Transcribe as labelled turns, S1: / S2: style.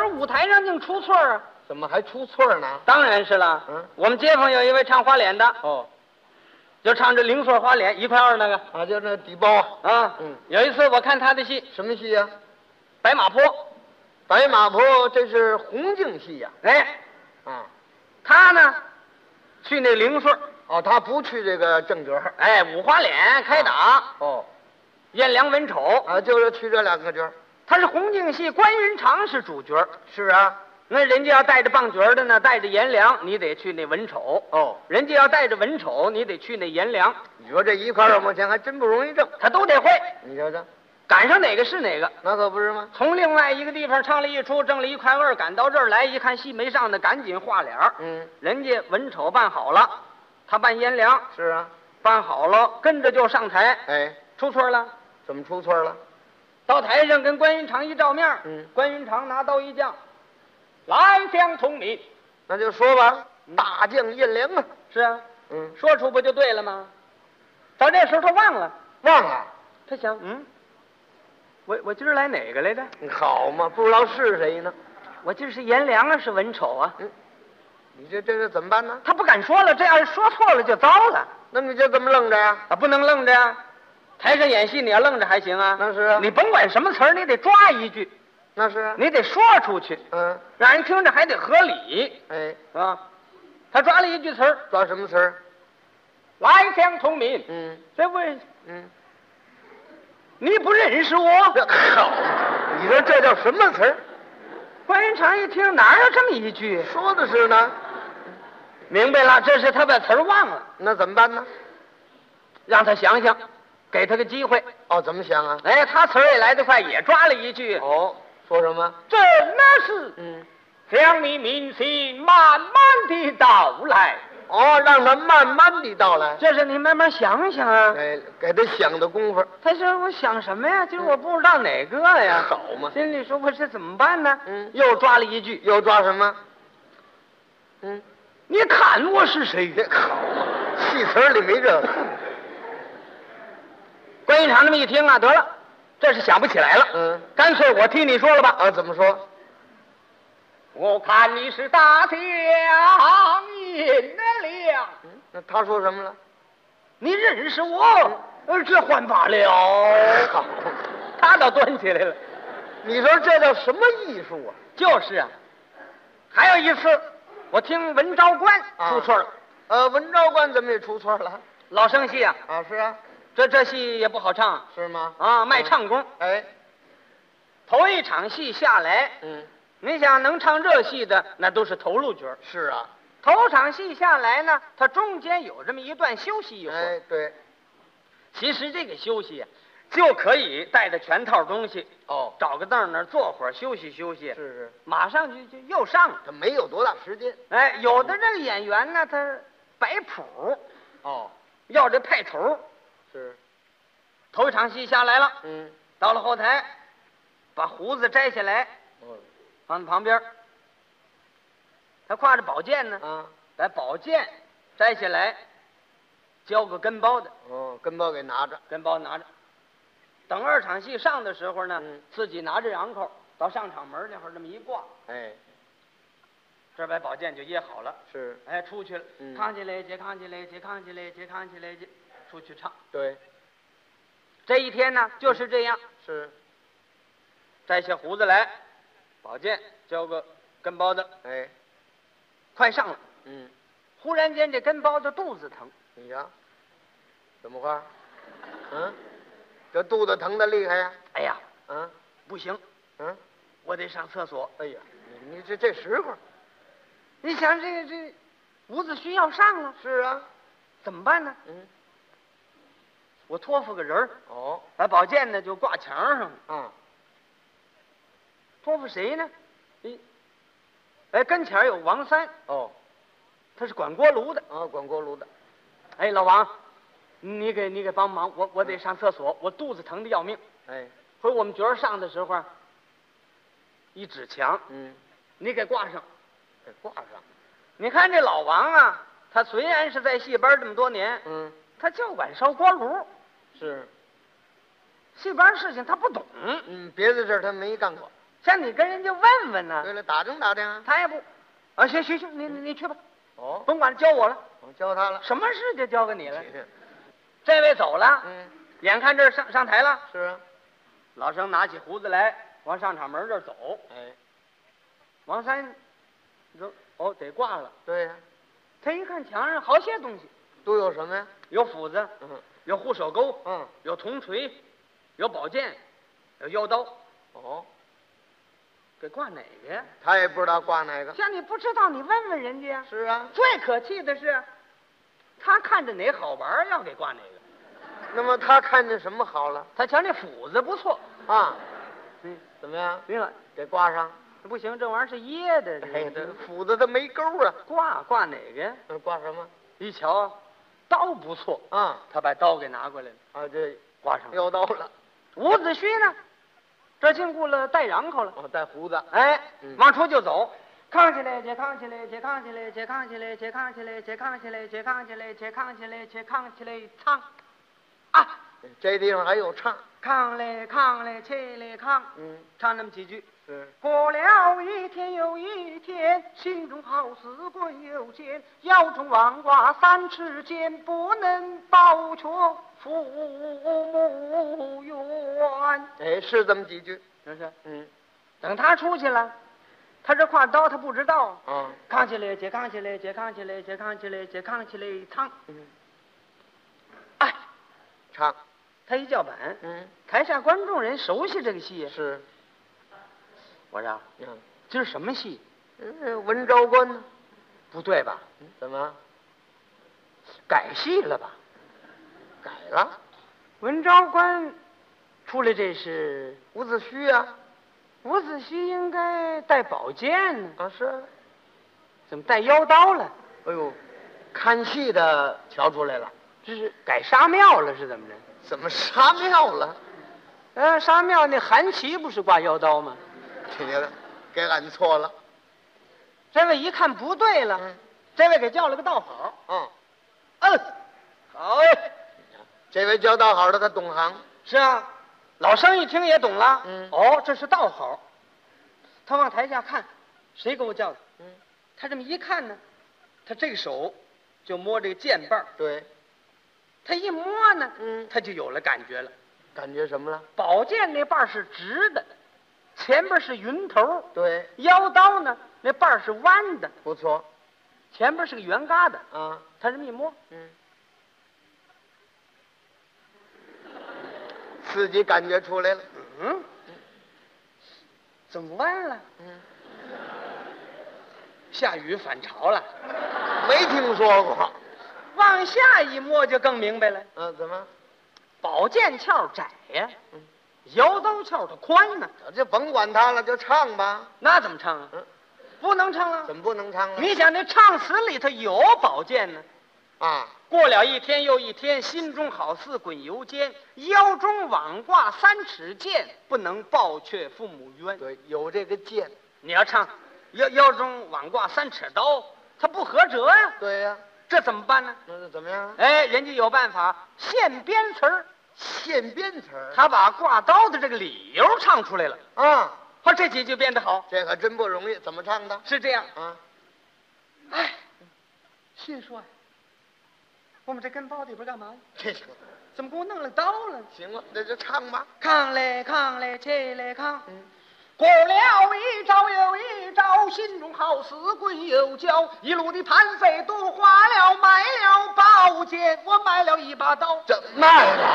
S1: 候舞台上净出错儿啊！
S2: 怎么还出错儿呢？
S1: 当然是了，
S2: 嗯
S1: 我们街坊有一位唱花脸的，
S2: 哦，
S1: 就唱这零碎花脸一块二那个
S2: 啊，就那底包啊，
S1: 啊。
S2: 嗯
S1: 有一次我看他的戏《
S2: 什么戏呀、
S1: 白马坡》，
S2: 白马坡，这是红净戏呀、
S1: 哎，
S2: 啊。
S1: 他呢去那零碎儿，
S2: 哦，他不去这个正角。
S1: 哎，五花脸开打，
S2: 哦，
S1: 颜良文丑，
S2: 啊，就是去这两个角。
S1: 他是红净戏，关云长是主角儿。
S2: 是啊。
S1: 那人家要带着棒角儿的呢，带着颜良，你得去那文丑；
S2: 哦，
S1: 人家要带着文丑，你得去那颜良，
S2: 你说这一块二毛钱还真不容易挣。
S1: 他都得会，
S2: 你瞧瞧，
S1: 赶上哪个是哪个。
S2: 那可不是吗？
S1: 从另外一个地方唱了一出，挣了一块二，赶到这儿来一看戏没上呢，赶紧画脸儿。
S2: 嗯，
S1: 人家文丑扮好了，他扮颜良，
S2: 是啊。
S1: 扮好了，跟着就上台，
S2: 哎，
S1: 出错了。
S2: 怎么出错了？
S1: 到台上跟关云长一照面儿，
S2: 嗯
S1: 关云长拿刀一将，来将同你。
S2: 那就说吧，大将颜良啊。
S1: 是啊，
S2: 嗯，
S1: 说出不就对了吗？到这时候他忘了，
S2: 忘了。
S1: 他想，嗯，我我今儿来哪个来着？
S2: 好嘛，不知道是谁呢。
S1: 我今儿是颜良啊，是文丑啊？
S2: 你这这是怎么办呢？
S1: 他不敢说了，这要是说错了就糟了。
S2: 那你就这么愣着呀？
S1: 啊，不能愣着呀、台上演戏你要愣着还行啊，
S2: 那是啊
S1: 你甭管什么词儿，你得抓一句，
S2: 那是啊。
S1: 你得说出去，
S2: 嗯，
S1: 让人听着还得合理
S2: 哎，
S1: 啊。他抓了一句词儿
S2: 抓什么词儿？
S1: “来乡同民
S2: 嗯”，
S1: 这不是
S2: 嗯，
S1: 你不认识我？
S2: 这好，你说这叫什么词儿？
S1: 关云长一听哪有这么一句？
S2: 说的是呢，
S1: 明白了，这是他把词儿忘了，
S2: 那怎么办呢？
S1: 让他想想，给他个机会。
S2: 哦，怎么想啊？
S1: 哎，他词儿也来得快，也抓了一句
S2: 哦，说什么？：“
S1: 这那是
S2: 嗯，
S1: 将你民心慢慢的到来。”
S2: 哦，让他慢慢的到来，
S1: 这是你慢慢想想啊。
S2: 哎，给他想的功夫，
S1: 他说我想什么呀？今儿我不知道哪个呀。
S2: 好嘛
S1: 心里说我这怎么办呢？
S2: 嗯
S1: 又抓了一句，
S2: 又抓什么？嗯，
S1: 你看我是谁？
S2: 这好 嘛，戏词儿里没这个，
S1: 关云长这么一听啊，得了，这是想不起来了。
S2: 嗯，
S1: 干脆我替你说了吧。
S2: 啊，怎么说？
S1: 嗯我看你是大将银两，
S2: 嗯，那他说什么了？
S1: 你认识我？呃，这换罢 了。
S2: 哎好，
S1: 他倒端起来了。
S2: 你说这叫什么艺术啊？
S1: 就是啊，还有一次，我听文昭关
S2: 啊
S1: 出错了，
S2: 呃，文昭关怎么也出错了？
S1: 老生戏啊。
S2: 啊，是啊，
S1: 这这戏也不好唱啊
S2: 是吗？
S1: 啊，卖唱功。
S2: 哎，
S1: 头一场戏下来，
S2: 嗯，
S1: 你想能唱这戏的，那都是头路角儿。
S2: 是啊，
S1: 头场戏下来呢，它中间有这么一段休息一会儿。
S2: 哎，对，
S1: 其实这个休息啊，就可以带着全套东西，
S2: 哦，
S1: 找个凳儿那儿坐会儿休息休息
S2: 是，是，
S1: 马上就就又上了。
S2: 他没有多大时间，
S1: 哎，有的这个演员呢，他摆谱，
S2: 哦，
S1: 要这派头儿。
S2: 是，
S1: 头一场戏下来了，
S2: 嗯，
S1: 到了后台，把胡子摘下来，
S2: 哦，
S1: 放在旁边儿。他挎着宝剑呢，
S2: 啊，
S1: 把宝剑摘下来，交个跟包的，
S2: 哦，跟包给拿着，
S1: 跟包拿着。等二场戏上的时候呢，
S2: 嗯
S1: 自己拿着瓤扣到上场门那会儿这么一挂，
S2: 哎，
S1: 这把宝剑就掖好了。
S2: 是，
S1: 哎，出去了，
S2: 嗯
S1: 扛起来一截，扛起来一截，扛起来一截，扛起来一截，出去唱。
S2: 对，
S1: 这一天呢，就是这样，
S2: 是，
S1: 摘下胡子来，宝剑交个跟包的，
S2: 哎，
S1: 快上了。
S2: 嗯，
S1: 忽然间，这跟包的肚子疼，
S2: 你瞧，怎么话？嗯，这肚子疼的厉害呀、
S1: 哎呀，
S2: 啊，啊，
S1: 不行，
S2: 嗯，
S1: 我得上厕所。
S2: 哎呀，你你这这时候，
S1: 你想这这伍子胥要上了，
S2: 是啊，
S1: 怎么办呢？
S2: 嗯，
S1: 我托付个人儿，
S2: 哦，
S1: 把宝剑呢就挂墙上了。
S2: 啊，
S1: 托付谁呢？哎，哎，跟前儿有王三，
S2: 哦，
S1: 他是管锅炉的。
S2: 啊，管锅炉的，
S1: 哎，老王，你给你给帮忙，我我得上厕所，我肚子疼的要命。
S2: 哎，
S1: 回我们角儿上的时候啊，一指墙，
S2: 嗯，
S1: 你给挂上。
S2: 给挂上，
S1: 你看这老王啊，他虽然是在戏班儿这么多年，
S2: 嗯，
S1: 他就管烧锅炉，
S2: 是，
S1: 戏班儿事情他不懂。
S2: 嗯，别的事儿他没干过，
S1: 上你跟人家问问呢、
S2: 对了，打听打听啊。
S1: 他也不，啊，行行行，你你你去吧，
S2: 哦，
S1: 甭管交我了，
S2: 我教他了。
S1: 什么事就交给你了。
S2: 是
S1: 这位走了，
S2: 嗯，
S1: 眼看这儿上上台了，
S2: 是啊。
S1: 老生拿起胡子来，往上场门这儿走。
S2: 哎，
S1: 王三，你说哦，得挂了。
S2: 对呀，
S1: 他一看墙上好些东西，
S2: 都有什么呀？
S1: 有斧子，
S2: 嗯
S1: 有护手钩，
S2: 嗯，
S1: 有铜锤，有宝剑，有腰刀，
S2: 哦，
S1: 给挂哪个呀？
S2: 他也不知道挂哪个。
S1: 像你不知道，你问问人家呀。
S2: 是啊，
S1: 最可气的是，他看着哪好玩儿要给挂哪个。
S2: 那么他看见什么好了
S1: 他瞧那斧子不错，
S2: 啊？
S1: 嗯，
S2: 怎么样？
S1: 另外
S2: 给挂上。
S1: 不行，这玩意儿是掖的，
S2: 哎，
S1: 这
S2: 这
S1: 这
S2: 斧子它没钩啊。
S1: 挂挂哪个呀？
S2: 嗯挂什么？
S1: 一瞧，刀不错，
S2: 啊
S1: 他把刀给拿过来了，
S2: 啊，这
S1: 挂上了。
S2: 要到了。
S1: 伍子胥呢，这进屋了带瓤口了，
S2: 哦，带胡子。
S1: 哎
S2: 嗯，
S1: 往出就走。扛起来，解扛起来，解扛起来，解扛起来，解扛起来，解扛起来，解扛起来，解扛起来，解扛起来，唱啊，
S2: 这地方还有唱。
S1: 扛嘞扛嘞，起嘞扛，
S2: 嗯，
S1: 唱那么几句。
S2: 是。
S1: 过了一天又一天，心中好似鬼又牵，腰中王瓜三尺尖，不能报却父母冤。
S2: 哎，是这么几句。
S1: 这是，
S2: 嗯
S1: 等他出去了，他这挎刀他不知道，
S2: 啊，
S1: 扛起来，解扛起来，解扛起来，解扛起来，解扛起来，仓，
S2: 嗯，
S1: 哎，
S2: 唱。
S1: 他一叫板，
S2: 嗯，
S1: 台下观众人熟悉这个戏，
S2: 是。
S1: 我说
S2: 嗯，
S1: 今儿什么戏？
S2: 呃文昭关呢？
S1: 不对吧？
S2: 嗯怎么
S1: 改戏了吧？
S2: 改了？
S1: 文昭关出来这是
S2: 伍子胥啊？
S1: 伍子胥应该带宝剑呢，
S2: 啊，是啊。
S1: 怎么带腰刀了？
S2: 哎呦，看戏的瞧出来了，
S1: 这是改沙庙了是怎么着？
S2: 怎么杀庙了？
S1: 呃，沙庙那韩琦不是挂腰刀吗？
S2: 这个给俺错了。
S1: 这位一看不对了，
S2: 嗯
S1: 这位给叫了个道好。
S2: 嗯，
S1: 嗯，好哎，
S2: 这位教道好的他懂行，
S1: 是啊，老生一听也懂了。
S2: 嗯
S1: 哦，这是道好。他往台下看，谁给我叫的？
S2: 嗯，
S1: 他这么一看呢，他这个手就摸这个剑把儿
S2: 对，
S1: 他一摸呢，
S2: 嗯
S1: 他就有了感觉了。
S2: 感觉什么了？
S1: 宝剑那把儿是直的，前边是云头；
S2: 对，
S1: 腰刀呢，那把儿是弯的，
S2: 不错
S1: 前边是个圆疙瘩。
S2: 啊，
S1: 他这么一摸，
S2: 嗯，嗯自己感觉出来了，
S1: 嗯，怎么弯了？
S2: 嗯，
S1: 下雨反潮了。
S2: 没听说过，
S1: 往下一摸就更明白了，
S2: 嗯、怎么？
S1: 宝剑鞘窄呀、
S2: 嗯
S1: 摇刀鞘它宽呢、
S2: 就甭管他了，就唱吧，
S1: 那怎么唱啊
S2: 嗯？
S1: 不能唱啊！
S2: 怎么不能唱了？
S1: 你想那唱词里头有宝剑呢、
S2: 啊，
S1: 过了一天又一天，心中好似滚油煎，腰中网挂三尺剑，不能报却父母冤。
S2: 对，有这个剑，
S1: 你要唱腰腰中网挂三尺刀，它不合辙呀、
S2: 对呀、
S1: 这怎么办呢？
S2: 那是怎么样？啊
S1: 哎，人家有办法，现编词儿，
S2: 现编词儿
S1: 他把挂刀的这个理由唱出来了。
S2: 啊，
S1: 好，这几句编得好，
S2: 这可真不容易，怎么唱的？
S1: 是这样。
S2: 啊，
S1: 哎，心说呀，我们这跟包里边干嘛呀？
S2: 这行
S1: 怎么给我弄了刀了？
S2: 行了，那就唱吧。
S1: 扛嘞扛嘞，起来扛。
S2: 嗯，
S1: 过了一招又一招，心中好似鬼又焦，一路的盘费都花了，买了宝剑，我买了一把刀。
S2: 这卖了。